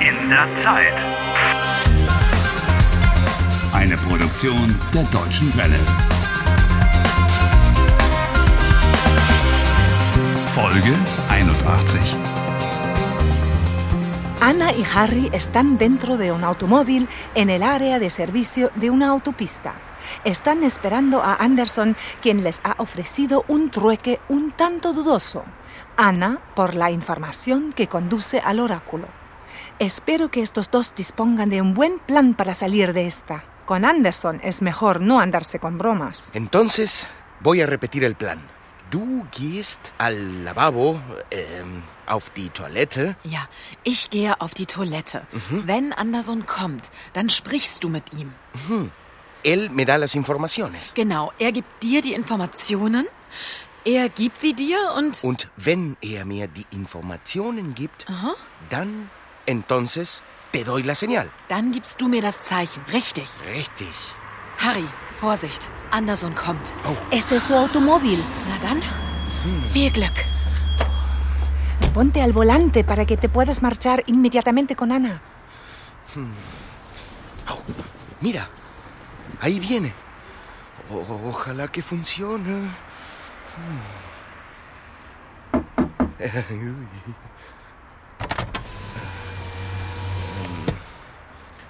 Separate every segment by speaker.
Speaker 1: dieser Zeit.
Speaker 2: Eine Produktion der Deutschen Welle. Folge 81.
Speaker 3: Anna y Harry están dentro de un automóvil en el área de servicio de una autopista. Están esperando a Anderson, quien les ha ofrecido un trueque un tanto dudoso. Anna, por la información que conduce al oráculo. Espero que estos dos dispongan de un buen plan para salir de esta. Con Anderson es mejor no andarse con bromas.
Speaker 4: Entonces, voy a repetir el plan. Du gehst al Lavabo, ähm, auf die Toilette.
Speaker 5: Ja, ich gehe auf die Toilette.
Speaker 4: Mhm.
Speaker 5: Wenn Anderson kommt, dann sprichst du mit ihm.
Speaker 4: Él me da las informaciones.
Speaker 5: Genau, er gibt dir die Informationen. Er gibt sie dir und
Speaker 4: Und wenn er mir die Informationen gibt, dann, entonces, te doy la señal.
Speaker 5: dann gibst du mir das Zeichen. Richtig.
Speaker 4: Richtig.
Speaker 5: Harry, Vorsicht. Anderson kommt.
Speaker 4: Oh,
Speaker 3: Ese es su automóvil.
Speaker 5: Na dann,
Speaker 4: Hm.
Speaker 5: viel Glück.
Speaker 3: Ponte al volante para que te puedas marchar inmediatamente con Anna.
Speaker 4: Au, mira, ahí viene. O- ojalá que funcione. Hm.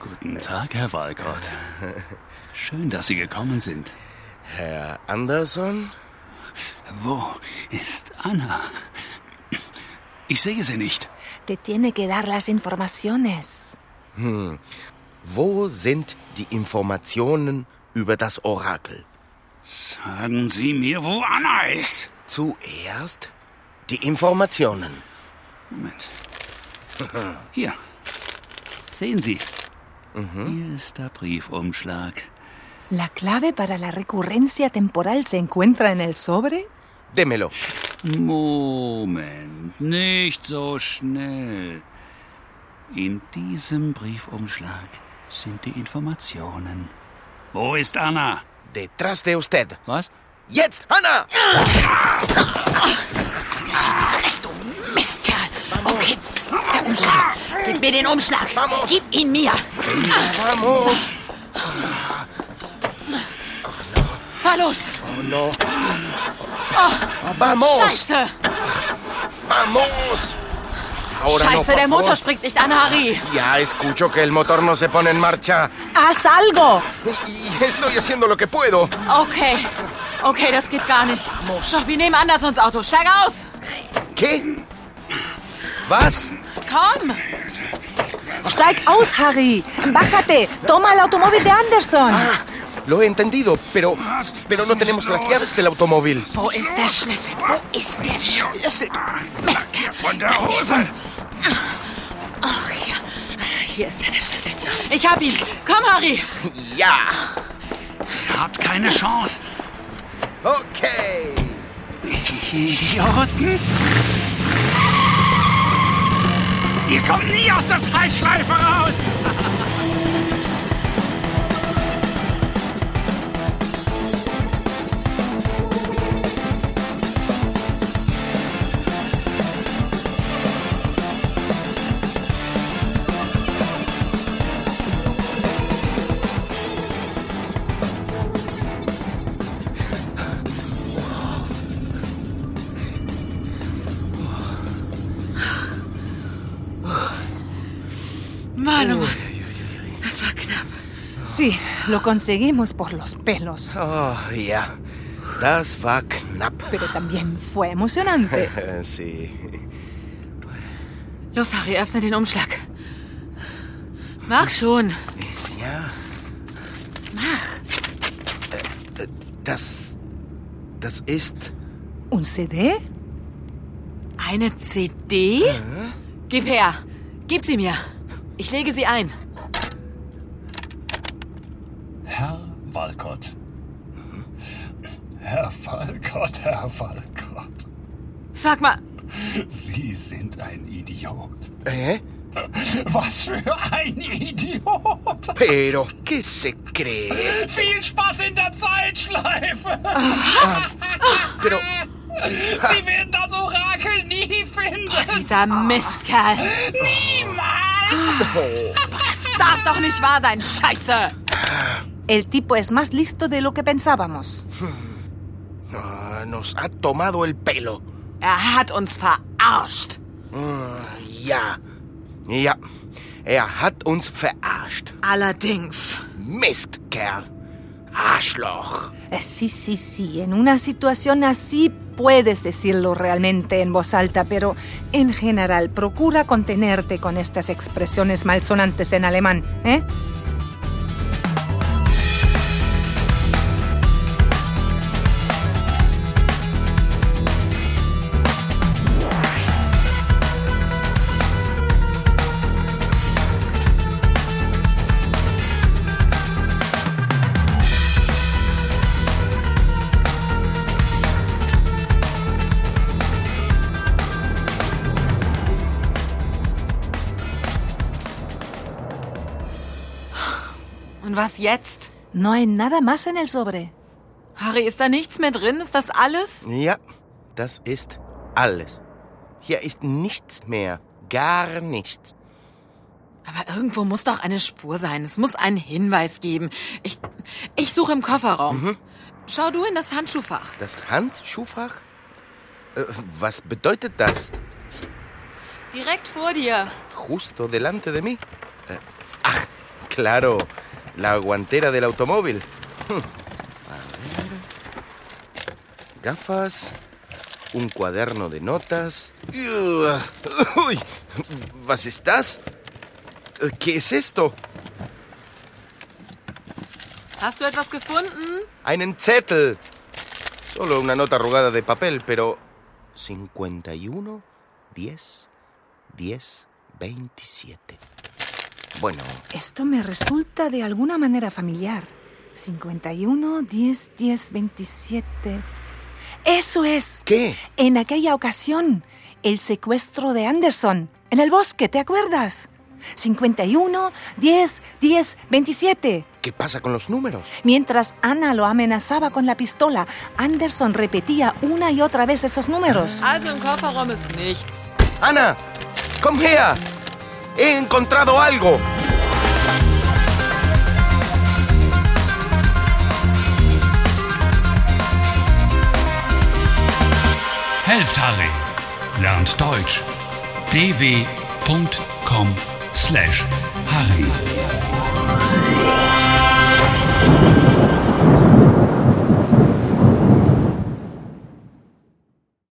Speaker 2: Guten Tag, Herr Walcott. Schön, dass Sie gekommen sind.
Speaker 4: Herr Anderson?
Speaker 2: Wo ist Anna? Ich sehe sie nicht.
Speaker 3: Te tiene que dar las informaciones.
Speaker 4: Wo sind die Informationen über das Orakel?
Speaker 2: Sagen Sie mir, wo Anna ist.
Speaker 4: Zuerst die Informationen.
Speaker 2: Moment. Hier. Sehen Sie. Hier ist der Briefumschlag.
Speaker 3: ¿La clave para la recurrencia temporal se encuentra en el sobre?
Speaker 4: Démelo.
Speaker 2: Moment, nicht so schnell. In diesem Briefumschlag sind die Informationen. Wo ist Anna?
Speaker 4: Detrás de usted.
Speaker 2: Was?
Speaker 4: Jetzt, Hanna!
Speaker 5: Mistkerl. Okay, der Umschlag. Gib mir den Umschlag. Gib ihn mir.
Speaker 4: Vamos!
Speaker 5: Fahr los.
Speaker 4: Oh no. Ah, vamos!
Speaker 5: Scheiße.
Speaker 4: Vamos! Ahora no,
Speaker 5: Scheiße,
Speaker 4: por
Speaker 5: der
Speaker 4: favor.
Speaker 5: Motor springt nicht an, Harry.
Speaker 4: Ya escucho que el motor no se pone en marcha.
Speaker 3: ¡Haz algo!
Speaker 4: Y estoy haciendo lo que puedo.
Speaker 5: Okay. Okay, das geht gar nicht. Doch, wir nehmen Andersons Auto. Steig aus.
Speaker 4: ¿Qué? ¿Vas?
Speaker 5: Komm.
Speaker 3: Steig aus, Harry. Bájate. Toma el automóvil de Anderson.
Speaker 4: Lo he entendido, pero. Pero no tenemos las llaves del automóvil.
Speaker 5: Wo ist der Schlüssel? Wo ist der Schlüssel? Mistkerl.
Speaker 2: Von der Hose!
Speaker 5: Ach, ja. Hier ist ja der Schlüssel. Ich hab ihn. Komm, Harry.
Speaker 4: ¡Ya!
Speaker 2: Ihr habt keine Chance.
Speaker 4: Ok.
Speaker 2: Idioten! Ihr kommt nie aus der Zeitschleife raus!
Speaker 5: Mann, oh Mann. Das war knapp.
Speaker 3: Sí, lo conseguimos por los pelos.
Speaker 4: Oh, ja. Das war knapp.
Speaker 3: Pero también fue emocionante.
Speaker 4: Äh, sí.
Speaker 5: Los, Harry, öffne den Umschlag. Mach schon.
Speaker 4: Ja.
Speaker 5: Mach.
Speaker 4: Äh, Das. Das ist.
Speaker 3: ¿Un CD?
Speaker 5: Eine CD? Gib her. Gib sie mir. Ich lege sie ein.
Speaker 2: Herr Walcott. Herr Walcott, Herr Walcott.
Speaker 5: Sag mal,
Speaker 2: Sie sind ein Idiot.
Speaker 4: ¿Eh?
Speaker 2: Was für ein Idiot!
Speaker 4: Pero, ¿qué se cree? es?
Speaker 2: Viel Spaß in der Zeitschleife!
Speaker 4: Pero.
Speaker 2: Sie werden das Orakel nie finden!
Speaker 5: dieser Mistkerl.
Speaker 2: Niemals!
Speaker 5: Das darf doch nicht wahr sein, Scheiße!
Speaker 3: El tipo es más listo de lo que pensábamos.
Speaker 4: Ah, nos ha tomado el pelo.
Speaker 5: Er hat uns verarscht.
Speaker 4: Ah, ja. Ja. Er hat uns verarscht.
Speaker 5: Allerdings.
Speaker 4: Mistkerl. Arschloch.
Speaker 3: Eh, Sí, sí, sí, en una situación así puedes decirlo realmente en voz alta, pero en general procura contenerte con estas expresiones malsonantes en alemán, ¿eh?
Speaker 5: Und was jetzt?
Speaker 3: No hay nada más en el sobre.
Speaker 5: Harry, ist da nichts mehr drin? Ist das alles?
Speaker 4: Ja, das ist alles. Hier ist nichts mehr. Gar nichts.
Speaker 5: Aber irgendwo muss doch eine Spur sein. Es muss einen Hinweis geben. Ich, ich suche im Kofferraum. Schau du in das Handschuhfach.
Speaker 4: Das Handschuhfach? Äh, Was bedeutet das?
Speaker 5: Direkt vor dir.
Speaker 4: Justo delante de mí. Äh, Ach, claro. La guantera del automóvil. Hm. A ver. Gafas. Un cuaderno de notas. Uah. Uy, ¿Was ist das? Äh, ¿Qué es esto?
Speaker 5: Hast du etwas gefunden?
Speaker 4: Einen Zettel. Solo una nota arrugada de papel, pero 51 10 10 27. Bueno,
Speaker 3: Esto me resulta de alguna manera familiar. 51, 10, 10, 27. Eso es.
Speaker 4: ¿qué?
Speaker 3: En aquella ocasión, el secuestro de Anderson, en el bosque, ¿te acuerdas? 51, 10, 10, 27.
Speaker 4: ¿Qué pasa con los números?
Speaker 3: Mientras Ana lo amenazaba con la pistola, Anderson repetía una y otra vez esos números.
Speaker 5: Also im Kofferraum ist nichts.
Speaker 4: Ana, komm her. He encontrado algo.
Speaker 2: Helft Harry. Lernt Deutsch. dw.com/harry.